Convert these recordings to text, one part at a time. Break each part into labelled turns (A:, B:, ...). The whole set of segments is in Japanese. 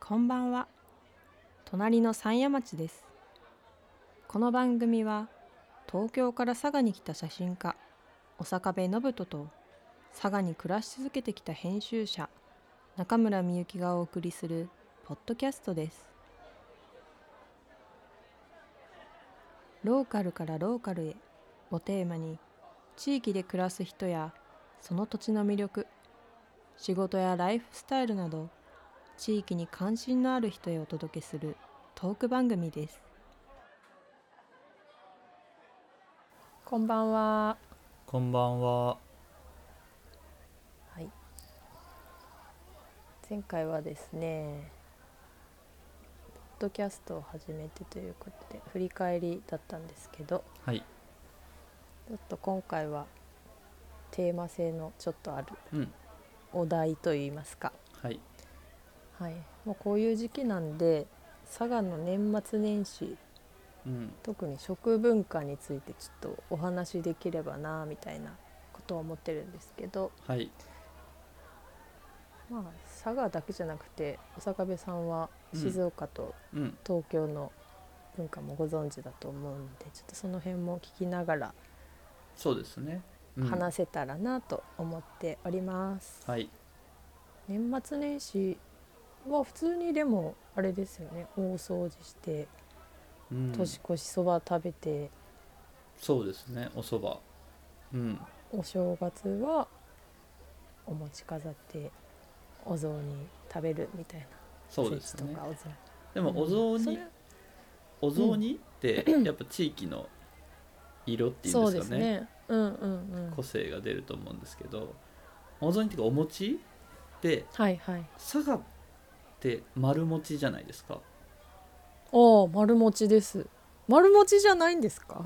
A: こんばんは隣の山谷町ですこの番組は東京から佐賀に来た写真家小坂部信人と佐賀に暮らし続けてきた編集者中村みゆきがお送りするポッドキャストですローカルからローカルへをテーマに地域で暮らす人やその土地の魅力仕事やライフスタイルなど地域に関心のある人へお届けするトーク番組ですこんばんは
B: こんばんは。
A: はい前回はですねポッドキャストを始めてということで振り返りだったんですけど
B: はい。
A: ちょっと今回はテーマ性のちょっとある
B: うん。
A: お題といいますか
B: はい。
A: はい、もうこういう時期なんで佐賀の年末年始
B: うん。
A: 特に食文化についてちょっとお話しできればなみたいなことは思ってるんですけど、
B: はい。
A: まあ、佐賀だけじゃなくて小坂部さんは
B: うん
A: 静岡と
B: うん。
A: 東京の文化もご存知だと思うので、ちょっとその辺も聞きながら
B: そうですね。うん、
A: 話せたらなと思っております。
B: はい。
A: 年末年始は普通にでもあれですよね大掃除して
B: うん。
A: 年越しそば食べて。
B: そうですね。お蕎麦。うん。
A: お正月はお餅飾ってお雑煮食べるみたいな
B: そうです
A: 節
B: ね
A: と。かお雑煮
B: でもお雑
A: うんそ
B: 煮、
A: れ
B: お雑煮 ってやっぱ地域の色ってい
A: そううん
B: で
A: ですす
B: かね。
A: ねうんうんうん
B: 個性が出ると思うんですけど、お雑煮っていうかお餅で
A: はいはい
B: 佐賀って丸餅じゃないですか。
A: おお丸餅です丸餅じゃないんですか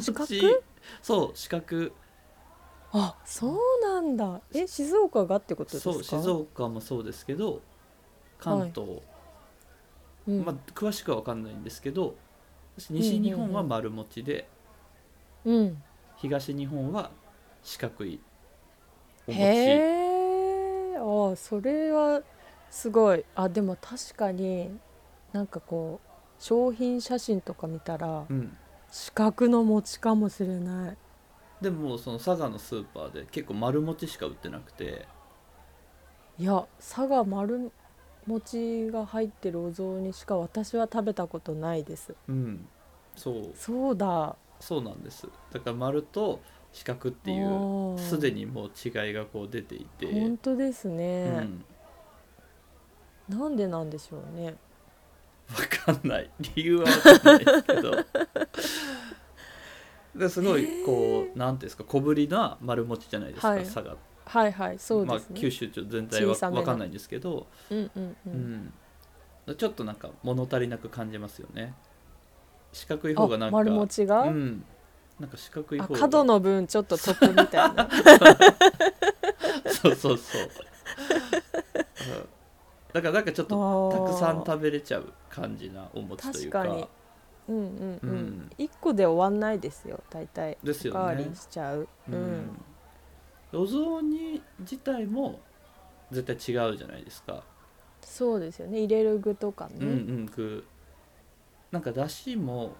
A: 四角
B: 餅そう四角
A: あそうなんだえ静岡がってことですか
B: そう静岡もそうですけど関東、
A: うん
B: まあ、詳しくは分かんないんですけど私西日本は丸餅で、
A: うん
B: 東日本は四角いお
A: へえ
B: 餅
A: あそれはすごいあでも確かになんかこう商品写真とか見たら、
B: うん、
A: 四角の餅かもしれない
B: でもその佐賀のスーパーで結構丸餅しか売ってなくて
A: いや佐賀丸餅が入ってるお雑煮しか私は食べたことないです
B: うんそう
A: そうだ
B: そうなんですだから丸と四角ってい
A: あ
B: う
A: ー
B: すでにもう違いがこう出ていて、
A: 本当です
B: う
A: ね、
B: ん、
A: なんでなんでしょうね
B: 分かんない理由は分かんないですけ どですごいこう何ていうんですか小ぶりな丸餅じゃないですか、
A: はい
B: 佐賀って
A: はいはいそうです
B: まあ、
A: ね、
B: 九州ちょっと全体は
A: 小さめな
B: 分かんないんですけど、
A: うんうんう、
B: うんんちょっとなんか物足りなく感じますよね四角い方がなん
A: あ
B: か
A: 丸餅が、
B: うん、なんか四角い
A: あ
B: 方が
A: 角の分ちょっと得みた いな
B: そうそ うそう、うんだからなんかちょっとたくさん
A: べ
B: 食べれちゃう感じなお餅というか
A: 確かにうんうんう
B: うんん
A: 一、個で終わんないですよ大体
B: です
A: おかわ
B: よ
A: り
B: ね、
A: しちゃう、
B: うんお雑煮自体も絶対違うじゃないですか、
A: そうですよね入れる具とかね、
B: うんうん具なんかだしも、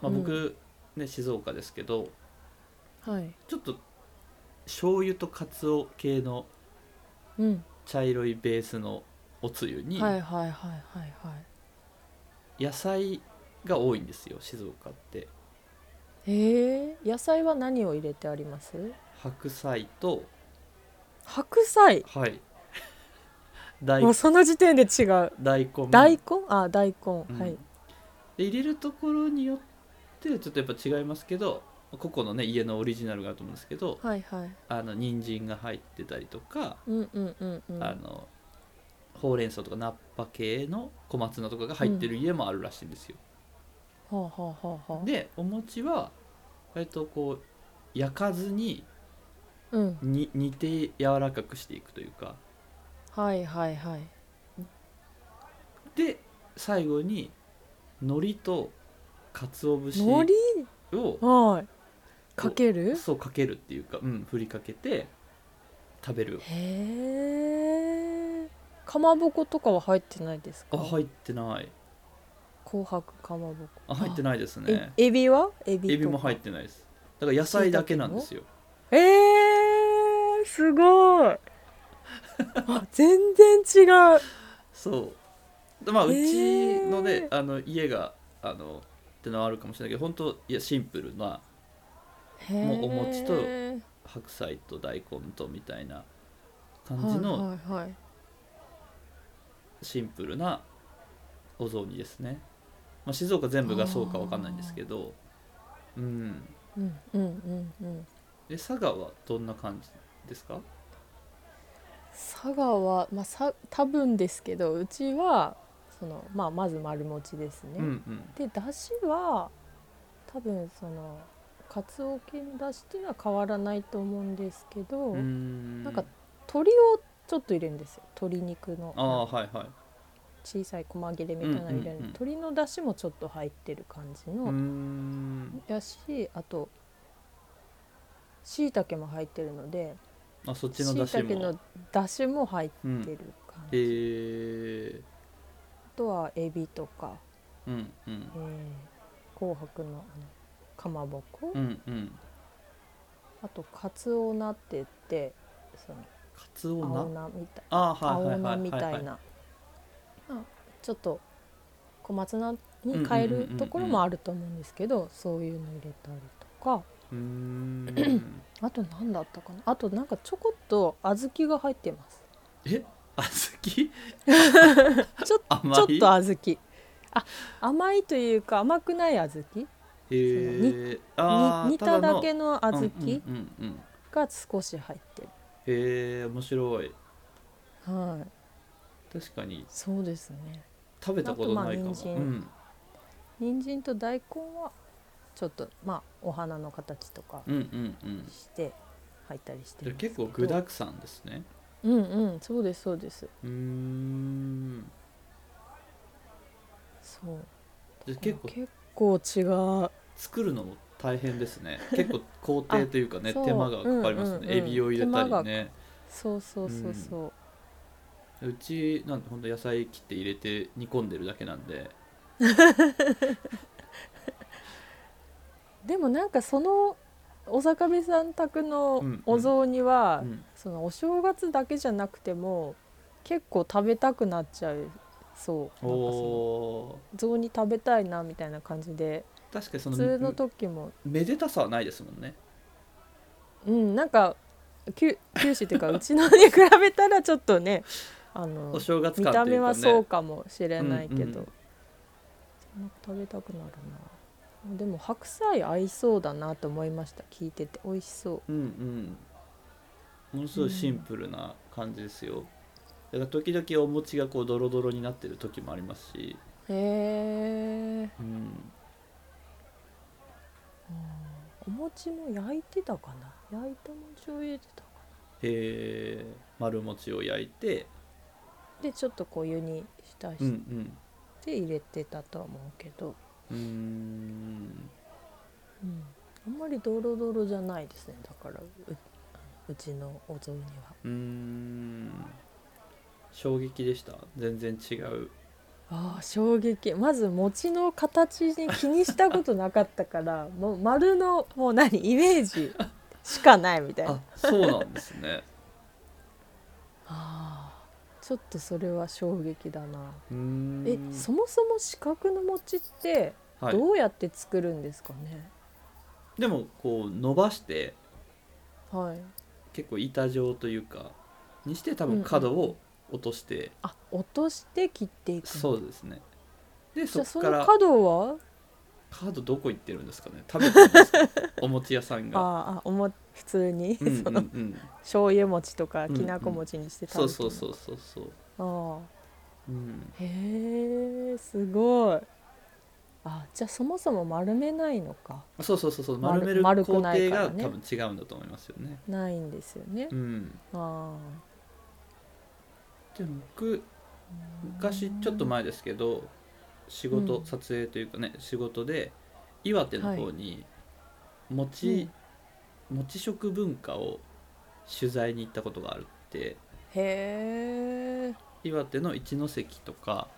B: まあ、僕、ね静岡ですけど
A: はい、
B: ちょっと醤油とカツオ系の
A: うん、
B: 茶色いベースのおつゆに
A: はいはいはいはいはい
B: 野菜が多いんですよ静岡って
A: えー、野菜は何を入れてあります
B: 白菜と
A: 白菜
B: はい大
A: もうその時点で違う
B: 大根
A: 大根あ大根、
B: うん
A: はい
B: で入れるところによってちょっとやっぱ違いますけど個々のね家のオリジナルがあると思うんですけど
A: はいはい
B: あの人参が入ってたりとか、
A: うんうんうんうん
B: あのほうれん草とか菜っ葉系の小松菜とかが入ってる家もあるらしいんですよ、
A: ほうほうほうほう
B: でお餅は割とこう焼かずに
A: うん
B: に煮て柔らかくしていくというか
A: はいはいはい
B: で最後に海苔と鰹節
A: 海苔
B: を
A: はいかける
B: そうかけるっていうか、うん、ふりかけて食べる
A: へえかまぼことかは入ってないです
B: あ
A: か
B: 入ってない
A: 紅白かまぼこ
B: あ入ってないです
A: え
B: ね
A: エビはエビ
B: エビも
A: 入
B: 入ってないですだから野菜だけなんですよ
A: えー、すごいあ全然違う
B: そうでまあう
A: え
B: ち
A: ー
B: のね、あの家があのってのはあるかもしれないけど本当いやシンプルなもうお餅と
A: へ
B: 白菜と大根とみたいな
A: ー
B: 感じの
A: はいはいはい
B: シンプルなお雑煮ですね、まあ、静岡全部がそうかわかんないんですけどうん
A: うんうんうんうん
B: え佐賀はどんな感じですか
A: 佐賀は、まあ、さ多分ですけどうちはその、まあ、まず丸餅ですね、
B: うんうん
A: でだしは多分そのかつお系のだしっていうのは変わらないと思うんですけど、
B: うーん
A: なんか鶏をちょっと入れるんですよ鶏肉の
B: ああはいはい
A: 小さい細切れみたいなの入れる、
B: うんうんうん
A: 鶏のだしもちょっと入ってる感じ
B: うー
A: の
B: ん
A: やし、あとしいたけも入ってるので
B: あそっち
A: し
B: の出
A: いた
B: 汁
A: け
B: も
A: のだしも入っ
B: うん
A: てる感
B: え
A: じ、
B: ー、
A: あとはエビとか、
B: うんうん
A: えー紅白のあのかまぼこ、
B: うんうん
A: あとカツオナって言ってその
B: かつお
A: 青
B: 菜
A: 菜みたい
B: あーはいは
A: 青
B: いは
A: 菜
B: い
A: み
B: は
A: た
B: いはいい
A: なまあちょっと小松菜に変え
B: うんうんうん
A: る
B: うんうん
A: ところもあると思うんですけどそういうの入れたりとか
B: うー ん
A: あと何だったかなあとなんかちょこっと小豆が入ってます
B: え小豆
A: ちょ
B: 甘い
A: ちょっと小豆あ甘いというか甘くない小豆
B: えー、あー
A: に煮ただけ
B: の
A: の小豆
B: うんうんうんうん
A: が少し入ってる、
B: へえ面白い
A: はい
B: 確かに
A: そうですね
B: 食べたことないかも、
A: あとまあ人参
B: うん
A: 人参と大根はちょっとまあお花の形とか
B: うんうんうん
A: して入ったりして
B: じゃ
A: ます
B: あ
A: けど
B: 結構具だくさんですね
A: うんうんそうですそうです
B: うーん
A: そう
B: じゃあ結構
A: 構結構違う
B: 作るのも大変です ね結構工程というかね
A: あそう
B: 手間がかかりますね、
A: うんうんうん
B: エビを入れたりね
A: そうそうそうそう
B: うちなんてほんと野菜切って入れて煮込んでるだけなんで
A: でもなんかそのお坂部さん宅の
B: うんうん
A: お雑煮は、
B: うん
A: そのお正月だけじゃなくても結構食べたくなっちゃうそうなんかそ
B: お
A: の
B: お
A: 雑煮食べたいなみたいな感じで
B: ー確かにそ
A: 普通の
B: の
A: 時も
B: めでたさはないですもんね
A: うんなんか九九州というかうちのに比べたらちょっとねあ
B: お
A: の
B: 正月
A: 見
B: 感
A: た
B: と
A: 目
B: いうか
A: は
B: ね
A: そうかもしれないけど、
B: うんうん
A: なんか食べたくなるなでも白菜合いそうだなと思いました聞いてて美味しそう
B: うんうんものすごいシンプルな感じですよ、だから時々お餅がこうドロドロになってる時もありますし、
A: へえ
B: うん、
A: お餅も焼いてたかな焼いた餅を入れてたか
B: えー丸餅を焼いて
A: なでちょっとこう湯に浸
B: うんう
A: し
B: ん
A: て入れてたとは思うけど、
B: うーん
A: うんあんまりドロドロじゃないですねだからううちのお雑煮は
B: うーん衝撃でした全然違う
A: あー衝撃まず餅の形に気にしたことなかったから もう丸のもう何イメージしかないみたいな
B: あそうなんです ね
A: あーちょっとそれは衝撃だな
B: うーん
A: えそもそも四角の餅って
B: はい、
A: どうやって作るんですかね
B: でもこう伸ばして
A: はい、
B: 結構板状というかにして多分角を落として、
A: あ落として切っていくの
B: そうですねで
A: じゃ
B: そ
A: あそ
B: こか
A: の
B: ら
A: 角は
B: カードどこ行ってるんですかね食べてるんですか お餅屋さんが
A: あーあおも普通に、
B: うんう ん
A: そうの
B: ん
A: 醤油餅とか
B: うん
A: きなこ餅にして
B: そう
A: 食べて
B: そ
A: る
B: うそうそうそう
A: のあー
B: うん
A: へえすごいあじゃあそもそも丸めないのか
B: そうそうそうそう
A: 丸
B: 丸める
A: 丸
B: 工
A: く
B: 程が
A: ないからね
B: 多分違うんだと思いますよね
A: ないんですよね、
B: うん
A: あ
B: で僕昔ちょっと前ですけど仕事、
A: うん
B: 撮影というかね仕事で岩手の方に餅、餅食文化を取材に行ったことがあるって
A: あへえ
B: 岩手の一関とか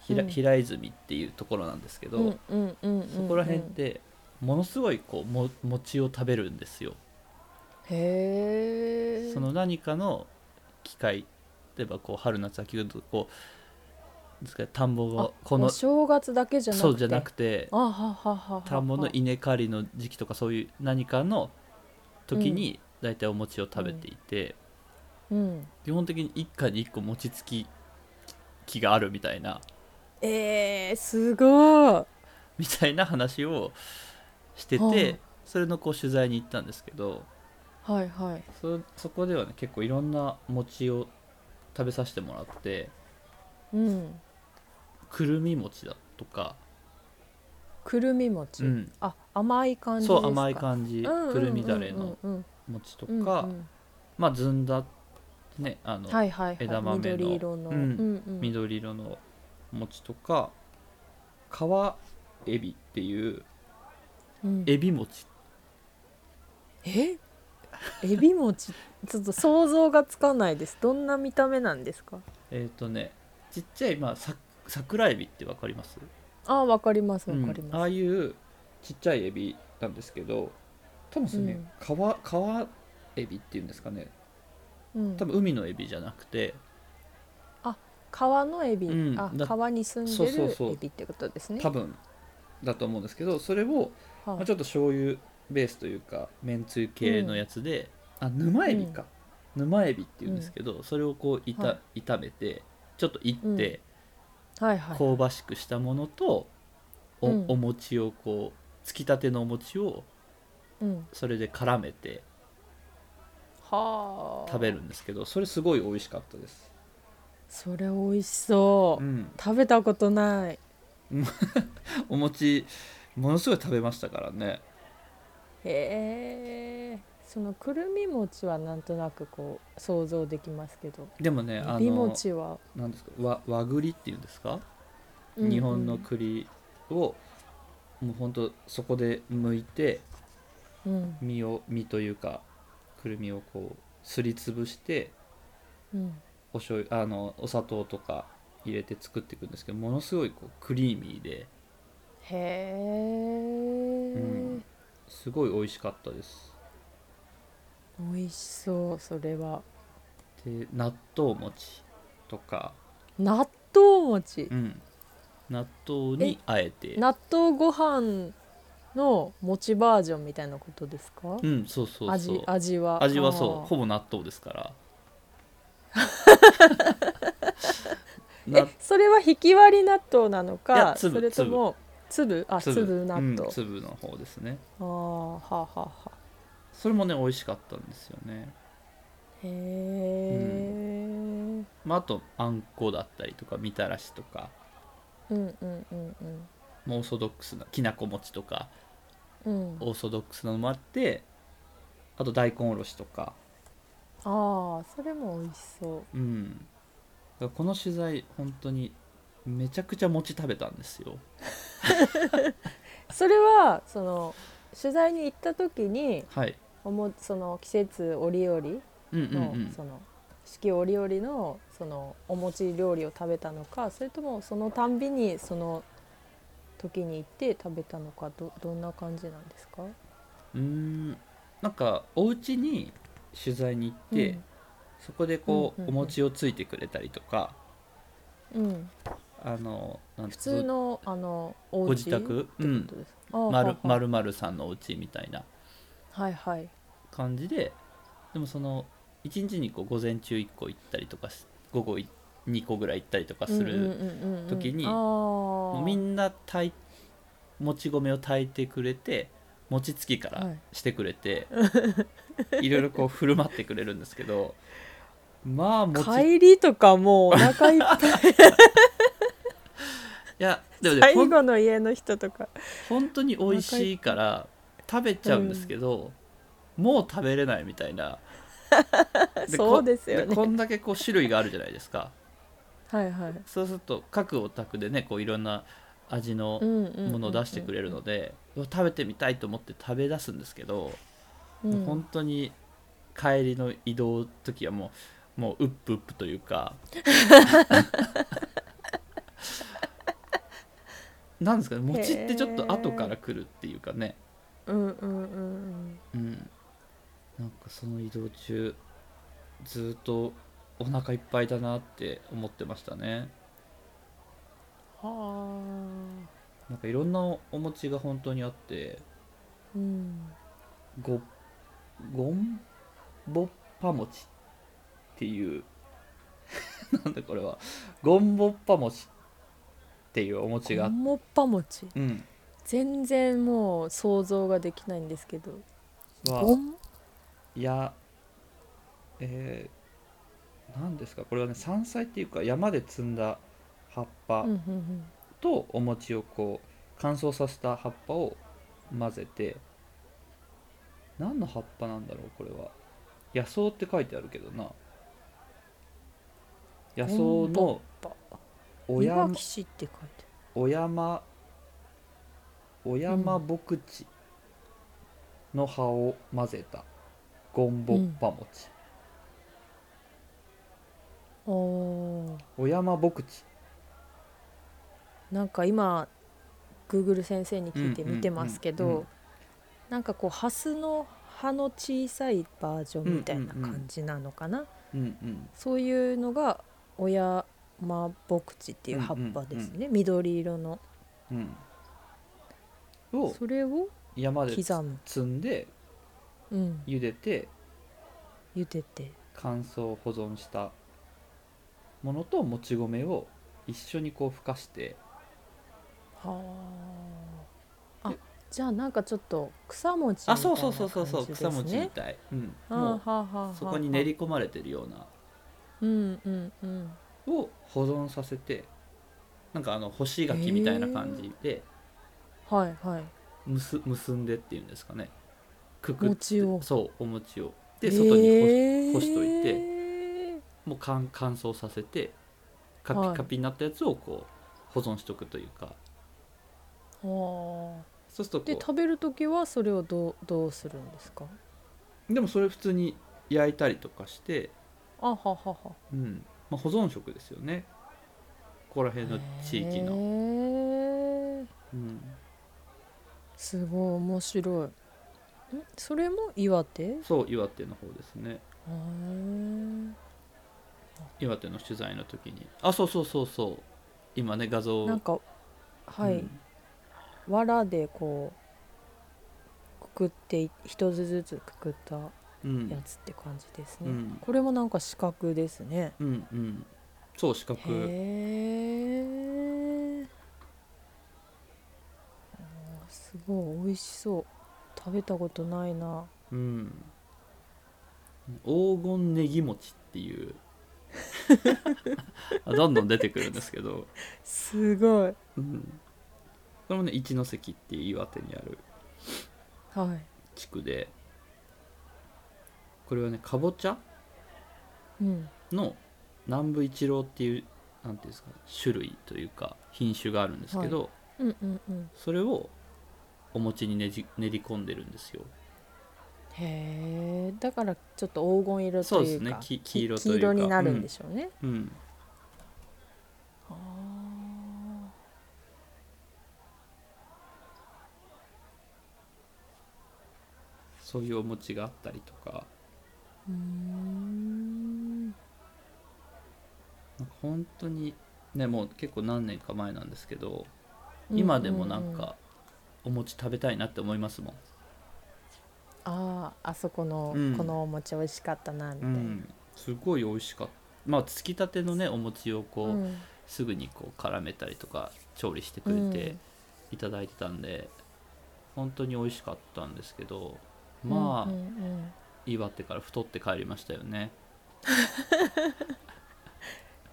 B: ひら
A: うん
B: 平泉っていうところなんですけど、
A: うんうんうんうん
B: そこら辺ってものすごいこうも餅を食べるんですよ。
A: へえ
B: その何かの機械例えばこう春夏秋冬とこうですから田んぼ
A: あ
B: をこ
A: この
B: の
A: お正月だけじゃなくて
B: そうじゃなくて
A: あはははは
B: 田んぼの稲刈りの時期とかそういう何かの時に大体お餅を食べていて、
A: うん
B: 基本的に一家に一個餅つき木があるみたいな
A: えー、すごい
B: みたいな話をしてて、
A: はあ
B: それのこう取材に行ったんですけど
A: はいはい
B: そそこではね結構いろんな餅を食べさせてもらって
A: うん
B: くるみ餅だとか、
A: くるみ餅、
B: うん
A: あ甘い感じです
B: そ
A: か
B: う甘い感じ、
A: うんうんうんうん
B: くるみだれの
A: うん
B: 餅とか、
A: うんうん
B: まあずんだねあの、
A: はいはいはい
B: 枝豆の
A: 緑色の、
B: うん
A: うん
B: 緑色の餅とか川エビっていう
A: うん
B: エビ餅
A: えエビ餅ちょっと想像がつかないですどんな見た目なんですか
B: えっ、とねちっちゃい、まあ、さ桜エビってわかります
A: あーわかりますわ
B: うん
A: かります、
B: ああいうちっちゃいエビなんですけど多分それね、
A: うん
B: 川川エビっていうんですかね
A: うん
B: 多分海のエビじゃなくて
A: 川のエビ、
B: うん
A: あ
B: だ
A: 川に住ん
B: そう
A: で
B: そう
A: る
B: そう
A: エビってことですね
B: 多分だと思うんですけどそれを
A: はい
B: まあ、ちょっと醤油ベースというかめんつゆ系のやつで、あ沼エビか、沼エビっていうんですけど、それをこういた、
A: は
B: 炒めてちょっといって
A: はいはい
B: 香ばしくしたものと、お
A: うん
B: お餅をこうつきたてのお餅を
A: うん、
B: それで絡めて
A: はあ
B: 食べるんですけどそれすごい美味しかったです、
A: それ美味しそうう、
B: ん、
A: 食べたことない
B: お餅ものすごい食べましたからね
A: へえそのくるみ餅はなんとなくこう想像できますけど
B: でもね
A: エ
B: あ
A: ビ
B: の
A: 餅は、
B: なんですか和和栗っていうんですか
A: うんうん
B: 日本の栗をもうほんとそこで剥いて
A: うん
B: 実を実というかくるみをこうすりつぶして
A: うん
B: お醤油あのお砂糖とか入れて作っていくんですけどものすごいこうクリーミーで
A: へえ、
B: うんすごい美味しかったです
A: 美味しそうそれは
B: で納豆餅とか、
A: 納豆餅、
B: うん、納豆にあえて
A: 納豆ご飯の餅バージョンみたいなことですか、
B: うんそうそうそ
A: 味
B: う
A: 味は
B: 味は
A: あ
B: そ
A: ー
B: うほぼ納豆ですから な
A: えそれはひき割り納豆なの
B: いや
A: かそ
B: 粒
A: れとも粒あ粒納豆、
B: うん、粒の方ですね
A: あーはあはあはあ
B: それもね美味しかったんですよね、
A: へえ
B: まあ、あとあんこだったりとかみたらしとか
A: うんうんうんうん
B: もうオーソドックスなきなこ餅とか
A: うん、あ
B: オーソドックスなのもあってあと大根おろしとか
A: あーそれも美味しそう
B: うんだからこの取材本当にめちゃくちゃ餅食べたんですよ
A: それはその取材に行った時に
B: はい
A: おもその季節折々
B: うんうんう
A: の、
B: ん
A: その四季折々のそのお餅料理を食べたのかそれともそのたんびにその時に行って食べたのかどどんな感じなんですか、
B: うーんなんかお家に取材に行って、そこでこう、
A: うんうんうん
B: お餅をついてくれたりとか
A: うん、うん、
B: あのなん
A: 普通のあのお家
B: ご自宅
A: ってことですか、あー
B: まる
A: はあは
B: ま
A: あ
B: るまるさんのお家みたいな
A: はいはい
B: 感じででもその1日にこう午前中1個行ったりとかし午後2個ぐらい行ったりとかする、時にもうみ
A: なん
B: な炊いもち米を炊いてくれて餅つきから
A: はい
B: してく れて、い、ろいろこう振る舞ってくれるんですけどまあ餅い
A: 帰りとかもうお腹いっぱ い
B: やでもね
A: 最
B: ほん
A: 後の家の人とか
B: 本当に美味しいから食べちゃうんですけど、もう食べれないみたいなでこ
A: そうですよね
B: こんだけこう種類があるじゃないですか
A: はいはい
B: そうすると各お宅でねこういろんな味のものを出してくれるので、うわ食べてみたいと思って食べ出すんですけど、
A: うんうんうんうん
B: 本当に帰りの移動の時はもうもううっぷうっぷというかなんですかね餅ってちょっと後から来るっていうかね、
A: うんうんうん
B: うん、なんかその移動中ずっとお腹いっぱいだなって思ってましたね
A: うんは
B: なんかいろんなお餅が本当にあって
A: あうん
B: ごごんぼっぱ餅っていう なんだこれはごんぼっぱ餅っていうお餅があ
A: ご
B: っ
A: もっぱ餅
B: うん
A: 全然もう想像ができないんですけど
B: は
A: ごん
B: やえー、なんですかこれはね山菜っていうか山で摘んだ葉っぱ
A: うんうん
B: とお餅をこう乾燥させた葉っぱを混ぜて何の葉っぱなんだろうこれは野草って書いてあるけどな野草の
A: うん
B: お
A: 岩
B: 山
A: 騎士って書いてある
B: お山お山牧地の葉を混ぜたゴンボッパ餅、
A: おー
B: お山牧地
A: なんか今 Google 先生に聞いて見てますけど、
B: うんうんうんうん
A: なんかこうハスの葉の小さいバージョンみたいな感じなのかな、
B: うんうん
A: そういうのが親マボクチっていう葉っぱですね、緑色の
B: うんを
A: それを
B: 山で
A: 刻む、
B: 摘んで
A: うん、
B: 茹でて
A: 茹でて
B: 乾燥保存したものともち米を一緒にこうふかして
A: はああ
B: え
A: じゃあなんかちょっと草餅みたいな感じです、ね、
B: 草餅みたい、うん、
A: あー
B: も
A: はあはあはあは
B: う
A: あ
B: そこに練り込まれてるような
A: うんうんうん
B: を保存させてなんかあの干し柿みたいな感じで
A: はいはい
B: むす結んでっていうんですかねくくって
A: 餅を
B: そうお餅をで外に干し干しといて
A: て
B: もう乾乾燥させてカピ
A: はい
B: カピになったやつをこう保存しとくというか、
A: は
B: そうする
A: あで
B: とこ
A: 食べる時はそれをどうどうするんですか
B: うでもそれ普通に焼いたりとかして、
A: あははは
B: うんまあ、保存食ですよねここら辺の地域の、
A: の
B: うん、
A: すごい面白いんそれも岩手へ
B: そう岩手の方ですね
A: え
B: 岩手の取材の時にあそうそうそうそう今ね画像を
A: なんかはい、
B: うん
A: 藁でこうくくってい一つずつくくった
B: うん
A: やつって感じですね、
B: うん
A: これもなんか四角ですね
B: うんうんそう四角
A: へえすごい美味しそう食べたことないな
B: うん黄金ネギ餅っ ていうあどんどん出てくるんですけど、
A: すごい
B: うん、これもね一ノ関っていう岩手にある
A: は
B: 地区でこれはねかぼちゃ
A: いうん
B: の南部一郎っていうなんていうんですか種類というか品種があるんですけど、
A: うんうんうん
B: それをお餅にねじ練り込んでるんですよ
A: へえだからちょっと黄金色
B: そう
A: と
B: で
A: い
B: す
A: う
B: ね
A: か
B: き
A: き
B: 黄色というか
A: 黄色になるんでしょうね、
B: うん
A: あ
B: そういうお餅があったりとか
A: ーうーん
B: なんか本当にねもう結構何年か前なんですけど今でもなんかお餅食べたいなって思いますもん、
A: あああそこの、
B: うん
A: このお餅美味しかったなみ
B: う
A: たいな、
B: ん、すごい美味しかったまあつきたてのねお餅をこう、
A: うん
B: すぐにこう絡めたりとか調理してくれていただいてたんで、本当に美味しかったんですけどまあ、
A: うんうんうん
B: 祝ってから太って帰りましたよね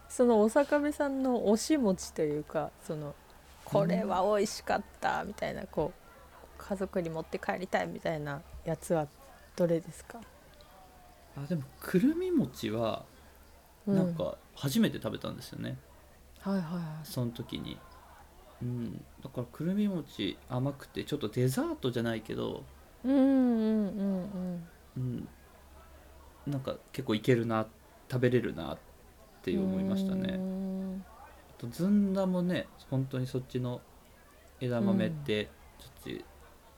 A: そのお坂部さんの推し餅というかそのこれは美味しかったみたいなこう家族に持って帰りたいみたいなやつはどれですか、
B: あでもくるみ餅は
A: う
B: なんか初めて食べたんですよね、
A: はいはいはい
B: その時にうんだからくるみ餅甘くてちょっとデザートじゃないけど
A: うんうんうんうん
B: うんなんか結構いけるなっ食べれるなって思いました
A: うー
B: ね
A: ん
B: あとずんだもね本当にそっちの枝豆って、そっち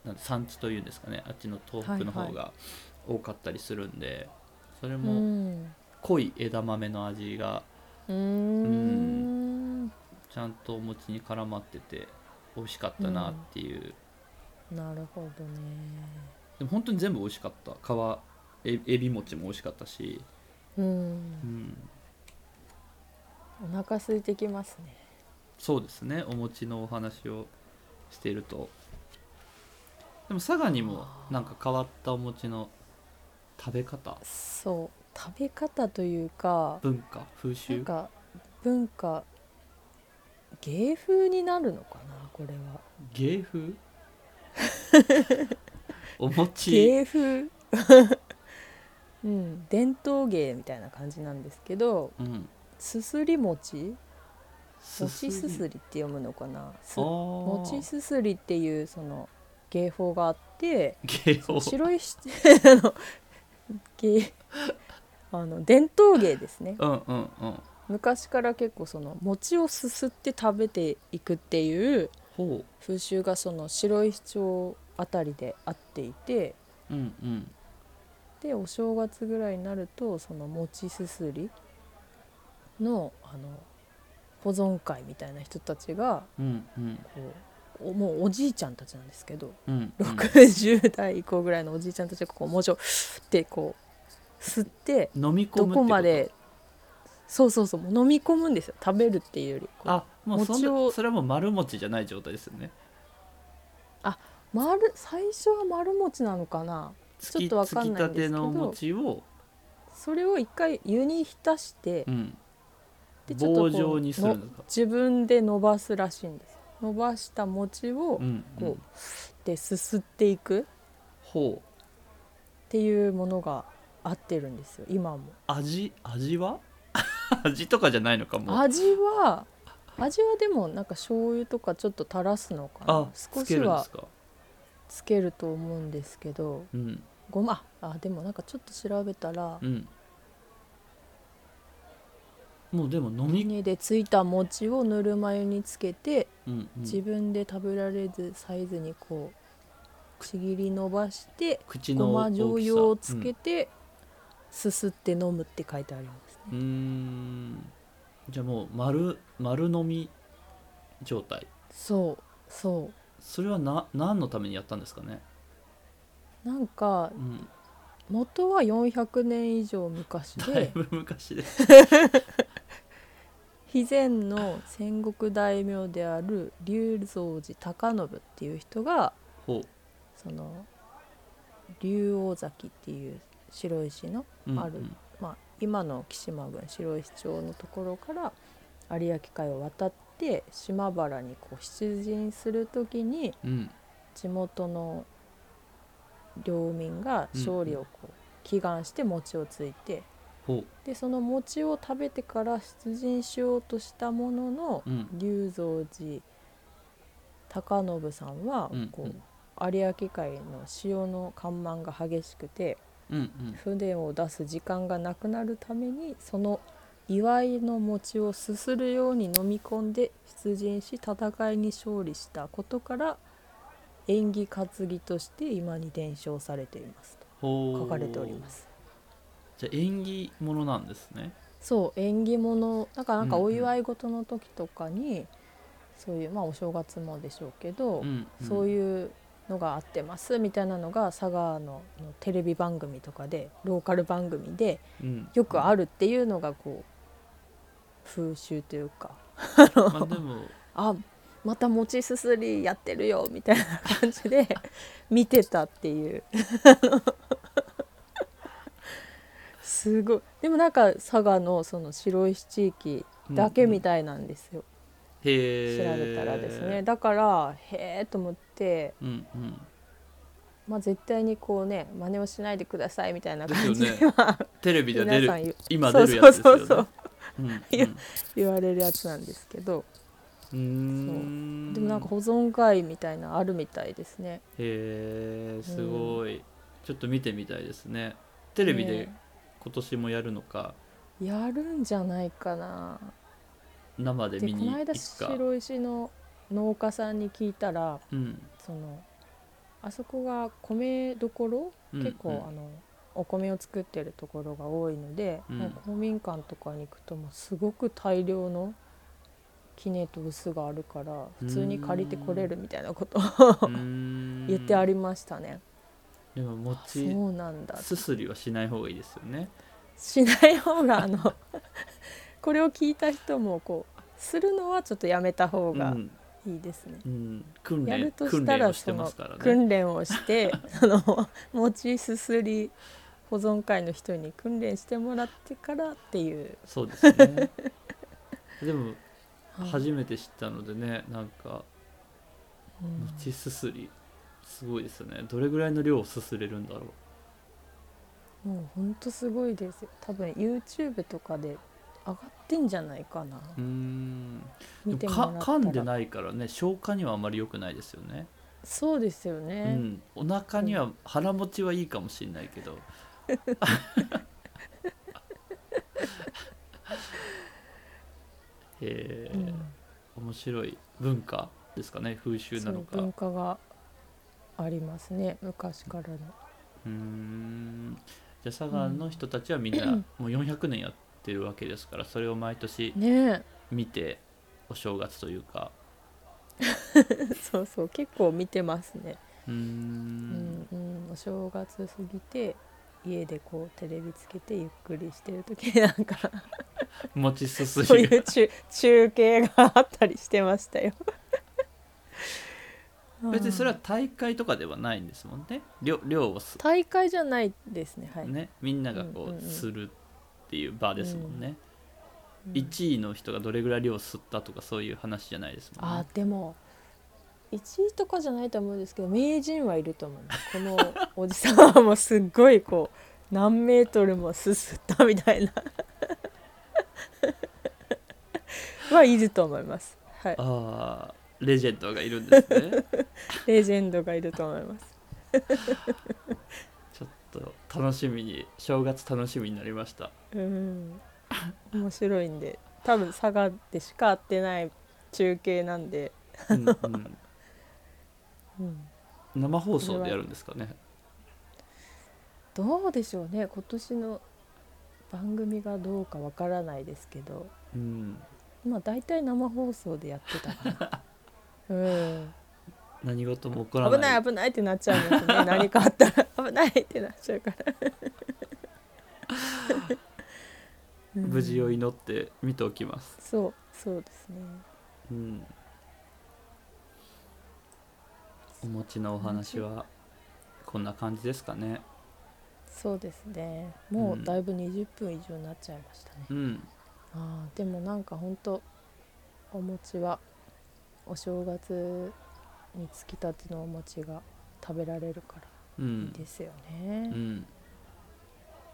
B: なんて産地というんですかねあっちの東北
A: はい
B: の
A: は
B: 方
A: い
B: が多かったりするんで、それ
A: う
B: も
A: ん
B: 濃い枝豆の味が
A: うーん
B: ちゃんとお餅に絡まってて美味しかったなっていう、
A: なるほどね
B: でも本当に全部美味しかった皮えエビ餅も美味しかったし、
A: うん
B: うん、
A: お腹空いてきますね
B: そうですねお餅のお話をしているとでも佐賀にもなんか変わったお餅の食べ方
A: そう食べ方というか
B: 文化風
A: な
B: 習
A: んか文化芸風になるのかなこれは
B: 芸 風お餅
A: 芸風 うん伝統芸みたいな感じなんですけど
B: うん
A: すすり餅
B: す
A: 餅すすりって読むのかなす
B: あ
A: 餅
B: ー
A: すすりっていうその芸法があって
B: 芸
A: そ
B: 法
A: の白いし あの芸あの伝統芸ですね
B: うんうんうん
A: 昔から結構その餅をすすって食べていくっていう
B: ほ
A: 風習がその白石町あたりであっていて
B: ううんうん
A: でお正月ぐらいになるとその餅すすりのあの保存会みたいな人たちが
B: うんうん
A: こうおもうおじいちゃんたちなんですけど、
B: うんうん
A: 60代以降ぐらいのおじいちゃんたちがこう餅をふってこう吸って
B: 飲み込
A: ど
B: むって
A: こまでそうそうそうもう飲み込むんですよ食べるっていうより
B: あもうそん
A: 餅を
B: なそれはもう丸餅じゃない状態ですよね
A: 丸最初は丸餅なのかな
B: つき
A: ちょっとわかんないんですけど
B: つきたてのお餅を、
A: それを一回湯に浸して
B: うん、
A: でちょっとこ
B: 棒
A: う
B: 状にするんですか
A: 自分で伸ばすらしいんです伸ばした餅を
B: うんう
A: こ
B: ん、
A: うすってすすっていく
B: ほう
A: っていうものが合ってるんですよ今も
B: 味味は 味とかじゃないのかも
A: 味は味はでもなんか醤油とかちょっと垂らすのか
B: あ
A: な
B: つ
A: 少
B: け
A: し
B: るんで
A: は
B: すか
A: つけると思うんですけど
B: うん
A: ごまああでもなんかちょっと調べたら
B: うんもうでも飲み、
A: 稲でついた餅をぬるま湯につけて
B: うんう
A: 自
B: ん、
A: 分で食べられずサイズにこうちぎり伸ばして
B: 口
A: ご
B: の
A: ま
B: 大きさ
A: 醤油をつけて、すすって飲むって書いてあります
B: う
A: ね
B: んうーんじゃあもう丸丸飲み状態
A: そうそ
B: それはな何のためにやったんですかね、
A: うなんか
B: うん、
A: 元は400年以上昔
B: だい
A: で
B: ぶ昔です
A: 肥前の戦国大名である龍蔵寺高信っていう人が
B: ほ
A: その竜王崎っていう白石の
B: う、うん
A: あるまあ、今の木島郡白石町のところから有明海を渡って島原にこう出陣する時に
B: うんうん
A: 地元の領民が勝利をこう祈願して餅をついて
B: ほ
A: でその餅を食べてから出陣しようとしたものの
B: う、うん、
A: 龍蔵寺高信さんは
B: うん
A: こう有明海の潮の干満が激しくて
B: うんうん
A: 船を出す時間がなくなるためにその祝いの餅をすするように飲み込んで出陣し戦いに勝利したことから縁起担ぎとして今に伝承されていますと
B: 書
A: 書かれております。
B: じゃあ縁起物なんですね
A: そう縁起物なんかなんか
B: うんうん
A: お祝い事の時とかに、そういうまあお正月もでしょうけど、
B: うん、
A: そう
B: う
A: いうのがあってますみたいなのが佐賀ののテレビ番組とかでローカル番組で
B: ん
A: よくあ
B: る、
A: るっていうのがこう風習というか
B: まあ、でも
A: あまた餅すすりやってるよみたいな感じで 見てたっていう あのすごいでもなんか佐賀のその白石地域だけみ
B: い、
A: たいなんですよ、
B: へえ
A: 調べたらですねだからへえと思って、
B: うんうん
A: まあ、絶対にこうね真似をしないでくださいみたいな感じ
B: で
A: です
B: よ
A: は、
B: テレビで出
A: 皆さん
B: る
A: 言う
B: 今出るやつですよね
A: そうそうそう
B: うんうん
A: いや言われるやつなんですけど
B: うーん
A: でもなんか保存会みたいなのあるみたいですね。
B: へえすごい、ちょっと見てみたいですねテレビで
A: ね
B: 今年もやるのか、
A: やるんじゃないかな
B: 生で
A: で
B: 見
A: こ
B: に
A: の
B: 行
A: 間
B: くか
A: 白石の農家さんに聞いたら
B: うん
A: そのあそこが米どころ、
B: うん
A: 結構あのお米を作ってるところが多いので、
B: うん
A: もう公民館とかに行くともうすごく大量の杵と臼があるから普通に借りてこれるみたいなことを
B: うん
A: 言ってありましたね。
B: でも
A: そ
B: 餅
A: うなんだ
B: すすりはしない方がいいですよね
A: しない方があのこれを聞いた人もこうするのはちょっとやめた方
B: う
A: が
B: ん
A: いいですね。
B: うん、訓
A: や
B: 練
A: ると
B: 訓
A: した
B: 練を
A: ら
B: して
A: そ
B: ま
A: の
B: すからね。
A: 訓練をして あの餅すすり保存会の人に訓練してもらってからっていう
B: そうです ね。でも
A: はい
B: 初めて知ったのでね、なんか
A: うん
B: 餅すすりすごいですよね。どれぐらいの量をすすれるんだろ
A: もうほんとすごいですよ多分 YouTube とかで上がってんじゃないかな
B: う。うーん。で
A: 見
B: も
A: ても
B: から
A: った
B: 噛んで
A: ら
B: ないからね、消化にはあまり良くないですよね。
A: そうですよ
B: う
A: ね、
B: ん。お腹には腹持ちはいいかもしれないけど、えー
A: うん
B: 面白い文化ですかね、風習
A: そ
B: なの
A: う
B: か。
A: 文化がありますね昔からの。
B: うーんじゃあ佐賀の人たちはみんなもう400年やってるわけですからそれを毎年
A: ね
B: 見てお正月というか
A: えそうそう結構見てますね。
B: うー
A: うんんうん、お正月過ぎて家でこうテレビつけてゆっくりしてる時になんか
B: 餅すす
A: そうい
B: り
A: う中中継があったりしてましたよ。
B: 別にそれ
A: う
B: は
A: ん
B: 大会とかではないんですもんね漁漁をす、
A: 大会じゃないですねはい。
B: ね、みんながこ
A: うんうん
B: う
A: うん
B: するっていう場ですもんね、
A: うん
B: 1位の人がどれぐらい量を吸ったとかそういう話じゃないですもん
A: あ
B: ね
A: でも1位とかじゃないと思うんですけど名人はいると思うこのおじさんはもうすっごいこう何メートルもすすったみたいなはいると思います、はい、
B: あーレジェンドがいるんです ね
A: レジェンドがいると思います
B: ちょっと楽しみに正月楽しみになりました
A: うん面白いんで多分佐賀でしか会ってない中継なんで、
B: うんうん
A: うん、
B: 生放送でやるんですかね
A: どうでしょうね今年の番組がどうかわからないですけど
B: うん
A: まあ大体生放送でやってたか な。うん、
B: 何事も起こらない
A: 危ない危ないってなっちゃうんです ね何かあったら危ないってなっちゃうから、 うん
B: 無事を祈って見ておきます、
A: そうそうですね
B: うん、お餅のお話はこんな感じですかね
A: そうですねもうだいぶ20分以上になっちゃいましたね、
B: うん
A: あーでもなんかほんとお餅はお正月につきたてのお餅が食べられるか
B: う
A: らいい
B: ん
A: ですよ
B: う
A: ね、
B: ん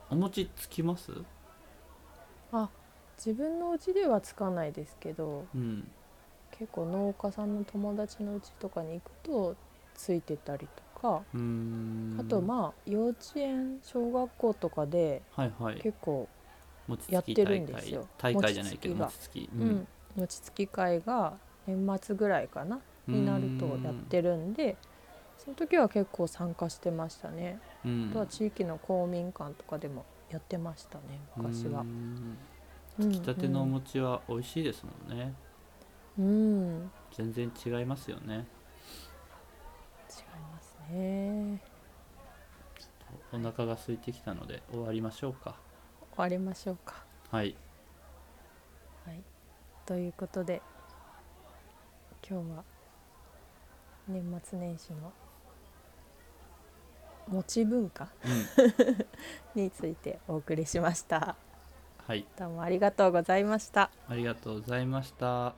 B: お餅つきます
A: 自分の家ではつかないですけど
B: うん
A: 結構農家さんの友達の家とかに行くとついてたりとか
B: うーん
A: あとまあ幼稚園小学校とかで
B: はいはい
A: 結構、
B: 餅
A: やっ
B: つき
A: てる
B: 大
A: んです
B: 会
A: よ
B: 大会じゃないけど
A: 餅
B: 餅つき
A: うん餅つき会が年末ぐらいかな
B: うん
A: になるとやってるんでその時は結構参加してましたね、
B: うん
A: あとは地域の公民館とかでもやってましたね昔は
B: う。ん
A: うん
B: つきたてのお餅は美味しいですもんね
A: うん、うん違い
B: 全然違いますよね
A: ますね
B: お腹が空いてきたので終わりましょうか
A: 終わりましょうか。
B: はい
A: はい、ということで今日は年末年始の餅文化
B: うん
A: についてお送りしました。
B: はい
A: どうもありがとうございました。
B: ありがとうございました